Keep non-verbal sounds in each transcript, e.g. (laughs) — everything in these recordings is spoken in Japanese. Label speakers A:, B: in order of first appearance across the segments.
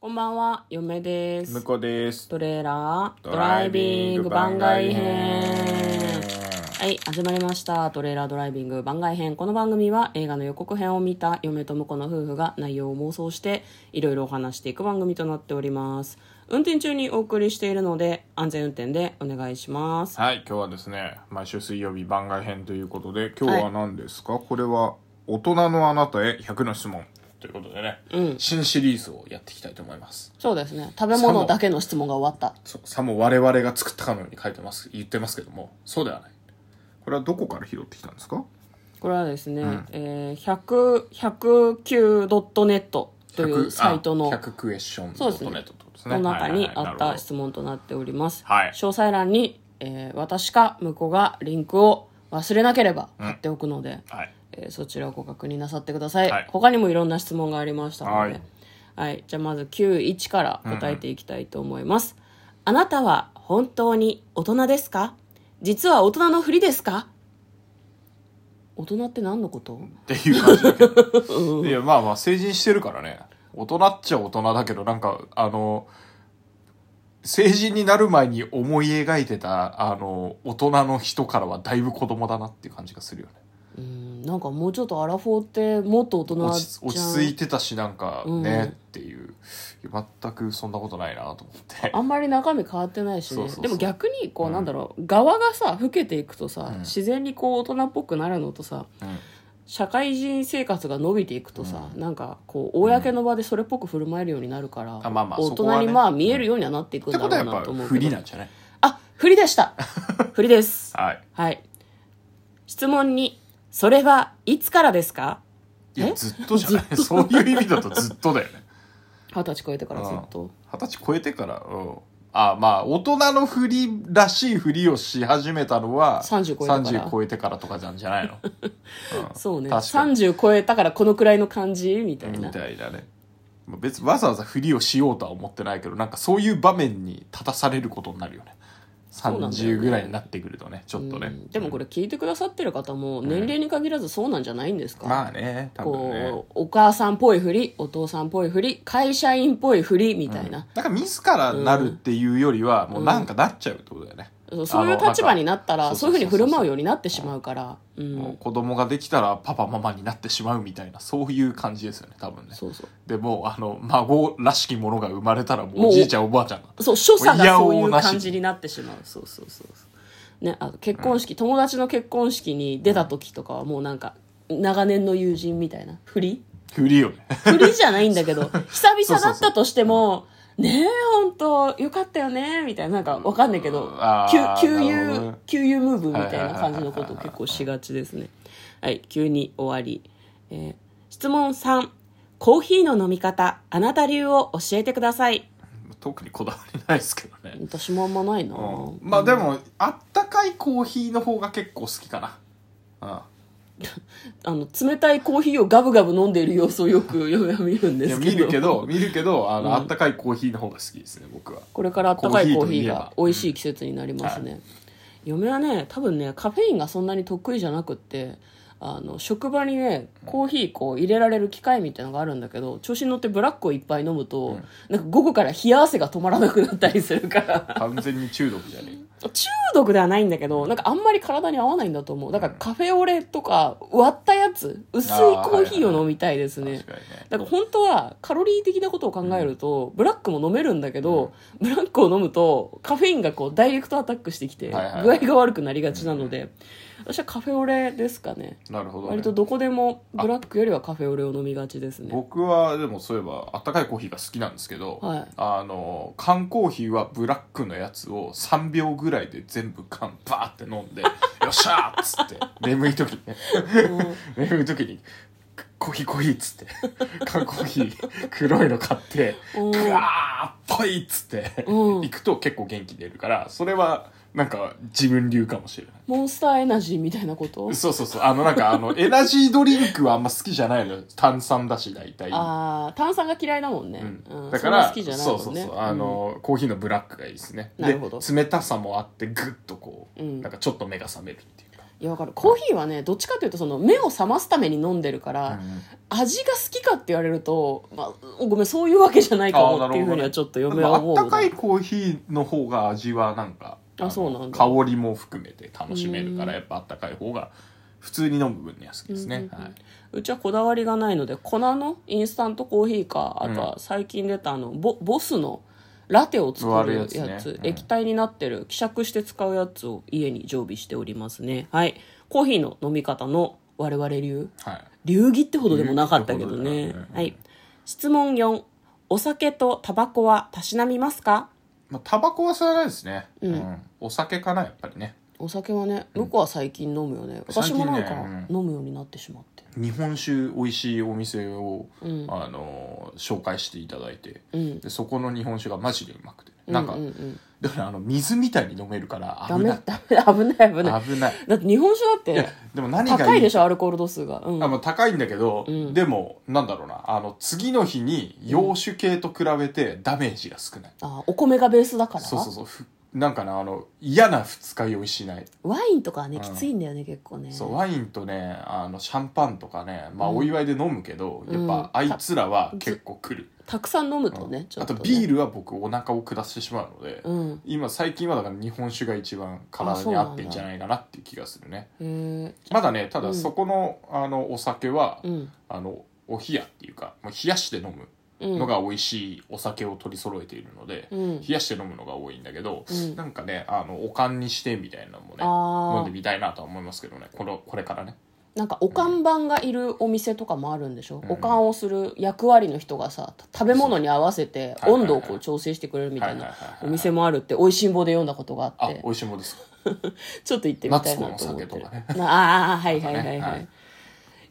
A: こんばんは、嫁です
B: 向。こうです
A: トレーラードライビング番外編。はい、始まりました。トレーラードライビング番外編。この番組は映画の予告編を見た嫁と婿の夫婦が内容を妄想していろいろお話していく番組となっております。運転中にお送りしているので安全運転でお願いします。
B: はい今日はですね毎週水曜日番外編ということで今日は何ですか、これは大人のあなたへ100の質問ということでね、新シリーズをやっていきたいと思います
A: そうですね。食べ物だけの質問が終わった。
B: そうさも我々が作ったかのように書いてます言ってますけどもそうではないこれはどこから拾ってきたんですか
A: これはですね、えー、100、109.net というサイトの
B: 100クエスチョン
A: そうですね
B: .net ってことですね
A: の中に
B: はいはい
A: あっ
B: はいなるほ
A: た
B: ど
A: 質問となっております。
B: はい
A: 詳細欄に、えー私か向こうがリンクを忘れなければ貼っておくので、
B: はい
A: えーそちらをご確認なさってください,、
B: はい
A: 他にもいろんな質問がありましたので、は
B: はいい
A: じゃあまず91から答えていきたいと思います。あなたは本当に大人ですか実は大人のふりですか大人って何のこと
B: っていう感じだけ
A: (laughs)
B: ど。いや、まあまあ、成人してるからね。大人っちゃ大人だけど、なんか、あの、成人になる前に思い描いてた、あの、大人の人からはだいぶ子供だなっていう感じがするよね。
A: うんなんかもうちょっとアラフォーってもっと大人じゃん
B: 落ち落ち着いてたし、なんか
A: うん
B: ね、っていう。いや全くそんなことないなと思って。
A: あんまり中身変わってないしね
B: そうそうそう
A: でも逆にこう、
B: うん
A: なんだろう側がさ老けていくとさ、
B: うん
A: 自然にこう大人っぽくなるのとさ
B: うん
A: 社会人生活が伸びていくとさ、
B: う
A: なんかこう公の場でそれっぽく振る舞えるようになるから、
B: あまあまあ
A: 大
B: そこは
A: 人
B: ね
A: にまあ見えるようにはなっていくん
B: っ
A: だ
B: て
A: ろ
B: こ
A: う
B: とはやっ
A: な
B: ぱ
A: と思う
B: 不
A: け
B: 利
A: ど
B: なんじゃね
A: あ振りでした振りです
B: はい。
A: はい質問に「それはいつからですか?
B: いや、
A: え
B: ずっとじゃない。そういう意味だとずっとだよね。」
A: 二十歳超えてからずっと
B: 二十歳超えてから、うん。あまあ、大人のふりらしいふりをし始めたのは、
A: 30超えてから
B: 30超えてからとかなんじゃないの、うん
A: (laughs) そうね
B: 確かに。
A: 30超えたからこのくらいの感じみたいな
B: みたいなね。まあ別にわざわざふりをしようとは思ってないけど、なんかそういう場面に立たされることになるよね。
A: うなんだよね
B: 30ぐらいになってくるとね、ちょっとね。
A: うんでもこれ聞いてくださってる方も年齢に限らずそうなんじゃないんですか、
B: まあね、多分ね。
A: こうお母さんっぽいふりお父さんっぽいふり会社員っぽいふりみたいな、
B: だから自らなるっていうよりは、もうなんかなっちゃうってことだよね。
A: そうそういう立場になった
B: あ
A: ら
B: の
A: そういうふうに振る舞う
B: そうそうそうそう
A: ようになってしまうからうん
B: もう子供ができたらパパママになってしまうみたいな、そういう感じですよね、多分ね。
A: そうそ
B: でもうあの孫らしきものが生まれたらも
A: も
B: う
A: う
B: おじいちゃんおばあちゃんだ
A: うそう所作がそういう
B: おやおうなし
A: 感じになってしまうそうそうそうそうねあと結婚式、友達の結婚式に出た時とかはもうなんか長年の友人みたいなふり
B: ふりよね
A: 振りじゃないんだけど、久々だったとしても、ねえ、本当よかったよね、みたいな、なんかわかんないけど
B: あ、ー
A: 給給
B: なるほど
A: 油
B: ね、
A: 給油ムーブみたいな感じのことを結構しがちですね。はい、急に終わり。えー質問3、コーヒーの飲み方、あなた流を教えてください。
B: (laughs) 特にこだわりないですけどね、
A: 私もあんまないな、
B: うん、まあでも、あったかいコーヒーの方が結構好きかな、
A: あの、冷たいコーヒーをガブガブ飲んでいる様子をよくよく見るん
B: うん、
A: で
B: いや
A: す
B: 見
A: けど。
B: る
A: (laughs)
B: けど見るけどあの、あったかいコーヒーの方が好きですね僕は
A: これからあったかいコ
B: コ
A: ー
B: ー
A: ヒ
B: ヒ
A: ー
B: ー
A: が
B: が
A: 美味しい季節になりますね、嫁はね多分ねカフェインがそんなに得意じゃなくってあの職場にねコーヒーこう入れられる機械みたいなのがあるんだけど調子に乗ってブラックをいっぱい飲むと、なんか午後から冷や汗が止まらなくなったりするから
B: 完全に中毒じゃね
A: 中毒ではないんだけどなんかあんまり体に合わないんだと思うだからカフェオレとか割ったやつ薄いコーヒーを飲みたいです
B: え
A: ね
B: 確かにね
A: だから本当はカロリー的なことを考えると、ブラックも飲めるんだけど、ブラックを飲むとカフェインがこうダイレクトアタックしてきて、
B: はいはい
A: 具合が悪くなりがちなので、私はカフェオレですかね
B: なるほど、ね
A: 割とどこでもブラックよりはカフェオレを飲みがちですね
B: 僕はでもそういえばあったかいコーヒーが好きなんですけど、
A: はい
B: あの缶コーヒーはブラックのやつを3秒ぐらいで全部缶バーって飲
A: (laughs)
B: んでよっしゃーっつって眠い時にね眠い時にコーヒーコーヒーっつって
A: (laughs)
B: 缶コーヒー黒いの買って
A: お
B: グ
A: ー
B: ワーぽいっつって
A: うん
B: 行くと結構元気出るからそれはなんか自分流かもしれない
A: モンスターエナジーみたいなこと
B: そうそうそうあのなんかあのエナジードリンクはあんま好きじゃないのよ炭酸だし大体
A: あー炭酸が嫌いだもんね、
B: う
A: うんん
B: だ
A: そ
B: か
A: んな
B: ら
A: 好きじゃない
B: そう
A: も
B: そ
A: ん
B: う
A: ね
B: そうあのコーヒーのブラックがいいですね
A: なるほど
B: で冷たさもあってグッとこう
A: うん
B: なんかちょっと目が覚めるっていうか
A: いやわかるコーヒーはねどっちかというとその目を覚ますために飲んでるから、味が好きかって言われると、まあ、ごめんそういうわけじゃないか
B: あーな
A: もっ
B: るほどね
A: ていうふうにはちょっと
B: うん
A: 嫁
B: まあ
A: は
B: あ
A: 思
B: っ
A: う
B: たかいコーヒーの方が味はなんか
A: あ
B: の
A: そうなんだ
B: 香りも含めて楽しめるからやっぱあったかい方が普通に飲む分には好きですね、
A: うんうんうん
B: はいう
A: ちはこだわりがないので粉のインスタントコーヒーかあとは最近出たあのボボスのラテを作るやつ
B: 割るやつねうん
A: 液体になってる希釈して使うやつを家に常備しておりますねはいコーヒーの飲み方の我々流
B: はい
A: 流儀ってほどでもなかったけど
B: 流儀
A: ね
B: ってほどではない
A: はい質問4お酒とタバコはたしなみますか
B: まあ、タバコは吸わないですね、
A: うん
B: お酒かなやっぱりね
A: お酒はね向こうは最近飲むよね、私もなんか
B: 最近ねう
A: 飲むようになってしまって、
B: 日本酒美味しいお店を、
A: うん
B: あのー紹介していただいて、
A: うん
B: でそこの日本酒がマジでうまくて、なんか
A: うんうんうん
B: だからあの水みたいに飲めるから
A: ダ
B: 危
A: メ
B: ない
A: ダメ危ない危ない
B: 危ない
A: だって日本酒だっ
B: い
A: て
B: やでも何がいい
A: 高いでしょアルコール度数が、うん、
B: あまあ、高いんだけど、
A: うん
B: でもなんだろうなあの次の日に洋酒系と比べてダメージが少ない、
A: あお米がベースだから
B: そうそうそうふなんかなあの嫌な二日酔いしない、
A: ワインとかはね
B: うん
A: きついんだよね結構ね
B: そうワインとねあのシャンパンとかねまあ
A: うん
B: お祝いで飲むけど、
A: うん
B: やっぱあいつらは結構来る、
A: たくさん飲むとね、
B: うん
A: ちょ
B: あ
A: っと、
B: と
A: ね、
B: ビー
A: ル
B: ルは僕お腹を下してしまうので、
A: うん
B: 今最近はだから日本酒が一番
A: あ
B: 体
A: そう
B: に
A: な
B: 合
A: んだ
B: ってんじゃないかなっていう気がするね
A: へー
B: まだねた
A: う
B: だ
A: ん
B: そこの,、あのお酒は、
A: うん
B: あのお冷やっていうかもう冷やして飲む
A: うん
B: のが美味しいお酒を取り揃えているので、
A: うん
B: 冷やして飲むのが多いんだけど、
A: うん
B: なんかねあのおかんにしてみたいなのもね飲
A: あ
B: んで
A: ー
B: みたいなとは思いますけどねこれこれからね
A: なんかお看板がいるお店とかもあるんでしょ、
B: うん
A: おかんをする役割の人がさ食べ物に合わせて
B: そう
A: 温度を
B: はいはい
A: こう
B: はい
A: 調整してくれるみたい
B: は
A: ない
B: はいはいはい
A: お店もあるって「おいしんぼ」で読んだことがあ
B: あ
A: っ
B: 美
A: て
B: 味しいものです
A: ちょっと行ってみたいなと思って
B: 夏子の酒と
A: る
B: かね
A: ああはいはいはいはい、
B: なんかねはい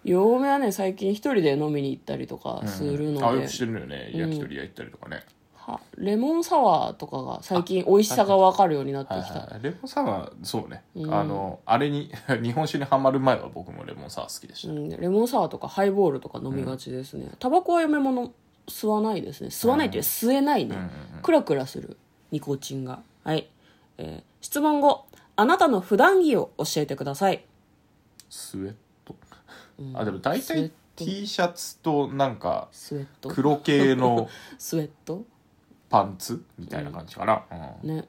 A: 嫁はね最近一人で飲みに行ったりとかするの
B: うんあ
A: で、
B: よくしてるのよね焼き鳥屋行ったりとかね、
A: はレモンサワーとかが最近美味しさが分かるようになって
B: はい
A: きた、
B: はいレモンサワーそうね、
A: うん
B: あのあれに (laughs) 日本酒にはまる前は僕もレモンサワー好きでした、
A: うん、レモンサワーとかハイボールとか飲みがちですね、タバコは嫁もの吸わないですね吸わないっていうか吸えないね、クラクラするニコチンがはい、えー質問5あなたの普段着を教えてください
B: スウェット、あでも大
A: スウェッ
B: 体
A: ト
B: T シャツとなんか
A: スウェット
B: 黒系の
A: スウェット
B: パンツみたいな感じ
A: (laughs)
B: かな、うん
A: ね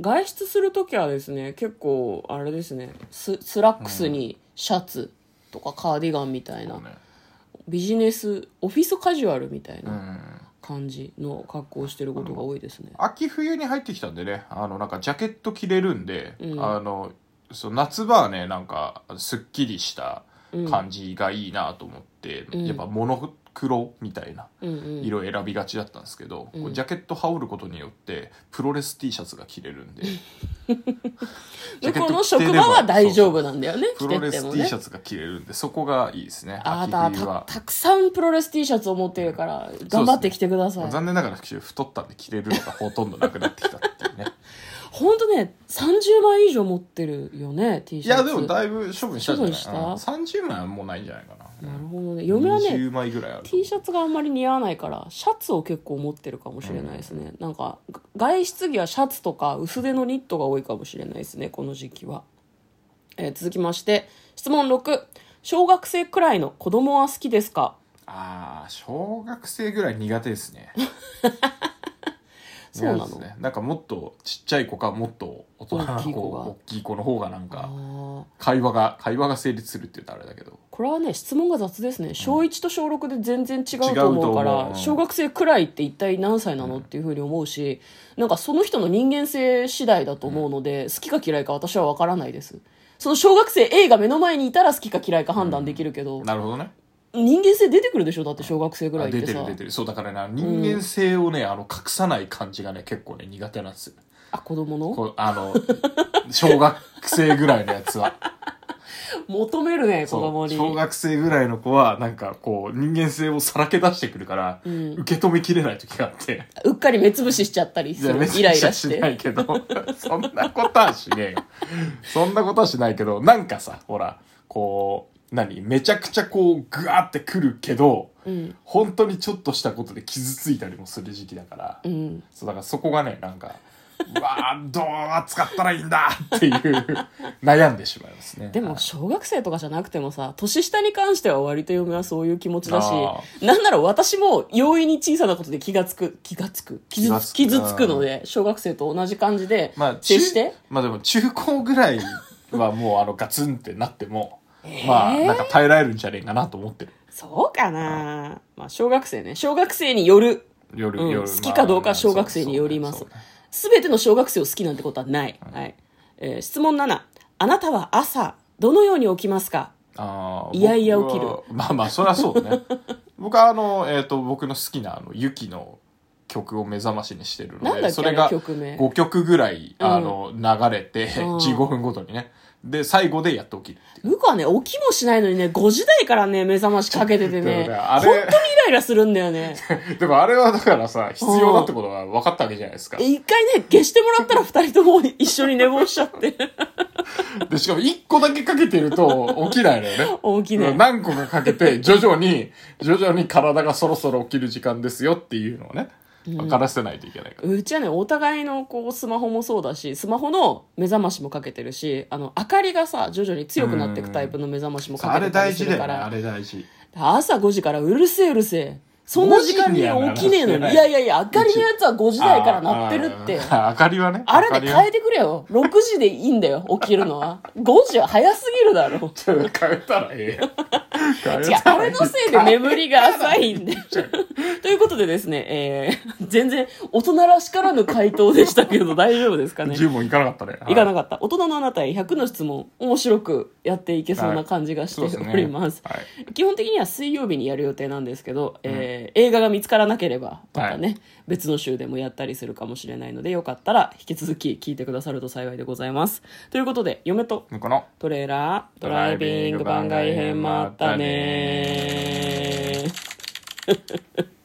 A: 外出する時はですね結構あれですねススラックスにシャツとかカーディガンみたいな、
B: そうね
A: ビジネスオフィスカジュアルみたいうなん感じの格好をしてることが多いですね、
B: 秋冬に入ってきたんでねあのなんかジャケット着れるんで、
A: うん
B: あのそう夏場はねなんかすっきりした
A: うん、
B: 感じがいいなと思って、
A: ん
B: やっぱモノクロみたいな
A: うんうん
B: 色選びがちだったんですけど、こうジャケット羽織ることによってプロレス T シャツが着れる
A: (laughs)
B: んで
A: 向こうの
B: ジャケット着てれば
A: 職場は大丈夫なんだよね
B: そ
A: 着
B: うそ
A: て
B: うプロ
A: っ
B: レ
A: て
B: ス
A: も
B: T
A: ね
B: シャツが着れるんでそこがいいですね
A: あ
B: 秋
A: な
B: 冬
A: たた
B: は
A: たくさんプロレス T シャツを持っているから頑張ってきてください
B: 残念ながら太ったんで着れるのがほとんどなくなってきたっ
A: (laughs)
B: ていうね
A: 本当ね30枚以上持ってるよね T
B: い
A: シャツ
B: やでもだいぶ処分したんじゃない
A: 処
B: うん
A: 分し
B: 30枚はもうないんじゃないかな
A: なるほどね嫁はね
B: 20枚ぐらいある
A: T シャツがあんまり似合わないからシャツを結構持ってるかもしれないですね、なんかが外出着はシャツとか薄手のニットが多いかもしれないですねこの時期は、えー続きまして質問6小学生くらいの子供は好きですか
B: ああ小学生ぐらい苦手ですね
A: (laughs) そうなの
B: 苦手ですねなんかもっとちっちゃい子かもっと大人
A: 大
B: な
A: きい
B: 子
A: 子が
B: 大きい子の方がなん
A: あ
B: か
A: ー
B: 会話が会話が成立するって言ったらあれだけど
A: これはね質問が雑ですね小1と小6で全然違うと思うか
B: 違うと
A: ら
B: 思う
A: 小学生くらいって一体何歳なのっていうふうに思うしなんかその人の人間性次第だと思うので好きか嫌いか私は分からないですその小学生 A が目の前にいたら好きか嫌いか判断できるけど
B: なるほどね
A: 人間性出てくるでしょだって小学生ぐら
B: あ
A: いって
B: 出て
A: さ
B: る出てるそうだからね人間性をね、あの隠さない感じがね結構ね苦手なんですよ
A: あ子供の
B: こうあ
A: (laughs)
B: の小学生ぐらいのやつは
A: 求めるね子
B: そう
A: 供に
B: 小学生ぐらいの子はなんかこう人間性をさらけ出してくるから、
A: ん
B: 受け止めきれない時があって
A: うっかり目つぶししちゃったりするイライラし
B: いや別にしな
A: て
B: いけど (laughs) そんなことはしねえよそんなことはしないけどなんかさほらこう何めちゃくちゃこうグワーってくるけど、
A: うん
B: 本当にちょっとしたことで傷ついたりもする時期だから、
A: うん
B: そうだからそこがねなんかうわーどう扱ったらいいんだっていう悩んでしまいますね
A: でも小学生とかじゃなくてもさ年下に関しては割と嫁はそういう気持ちだ
B: あ
A: しなんなら私も容易に小さなことで気がつく気がつく傷つ
B: 気
A: 傷
B: がつく
A: つくので小学生と同じ感じで
B: まあ
A: 接
B: 中
A: して、
B: まあでも中高ぐらいはもうあのガツンってなっても、
A: えー
B: まあなんか耐えられるんじゃねえかなと思ってる
A: そうかな、まあ、小学生ね小学生による
B: 夜、
A: うん
B: 夜
A: 好きかどうかは小学生によります全ての小学生を好きなんてことはない、はいえー質問7あなたは朝どのように起きますか
B: ああ
A: いやいや
B: 僕は
A: 起
B: まあまあそりゃそ
A: (laughs)
B: うね僕はあのえっ、と僕の好きなあのユキの曲を目覚ましにしてる
A: な
B: の
A: んだ
B: で
A: っけ
B: そ
A: あ
B: れ
A: の
B: が
A: 曲名
B: 5曲ぐらい、
A: うん
B: あの流れて、
A: うん
B: 15分ごとにねで最後でやっと起きるっていう
A: 向こうはね、起きもしないのにね、5時台からね、目覚ましかけててね、
B: だか
A: 本
B: らあ
A: 当に
B: れ
A: イライラするんだよ
B: (laughs)
A: ね。
B: でもあれはだからさ必要だってことが分かったわけじゃないですか
A: え一回ね、消してもらったら二人とも一緒に寝坊しちゃ
B: (laughs)
A: って、
B: でしかも1個だけかけてると起きないのよね
A: 大きいね。
B: 何個かかけて、徐々に、徐々に体がそろそろ起きる時間ですよっていうのをね、分からせないといけないから。
A: うちはね、お互いのこう、スマホもそうだし、スマホの目覚ましもかけてるし、あの、明かりがさ、徐々に強くなっていくタイプの目覚ましもか
B: あ
A: け
B: れ
A: てたり
B: 大
A: す
B: 事
A: る
B: だ
A: か
B: よね、あ
A: ら、
B: れ大事。
A: 朝5時からうるせえうるせえ。そんな時間に起きねえのに。いやいやいや、明かりのやつは5時台から鳴ってるって。
B: ああ明かりはね。
A: あれ
B: 明か
A: ね、
B: りは
A: 変えてくれよ。6時でいいんだよ、起きるのは。5時は早すぎるだろ。
B: ちょっと変えたらええよ。変え
A: 違う、
B: た
A: あ
B: ら
A: れ
B: え
A: のせいで眠りが浅い (laughs) んで。ということでですね、えー、全然大人らしからぬ回答でしたけど、大丈夫ですか
B: え。
A: ね。
B: 10問いかなかったね。
A: いか
B: は
A: なかった。大人のあなたへ100の質問、面白くやっていけそうな感じがしております。
B: はい。
A: 基本的には水曜日にやる予定なんですけど、えー映画が見つからなければまたね、別の週でもやったりするかもしれないのでよかったら引き続き聞いてくださると幸いでございますということで嫁と
B: 向こうの。
A: トレーラードライビング番外編まったねー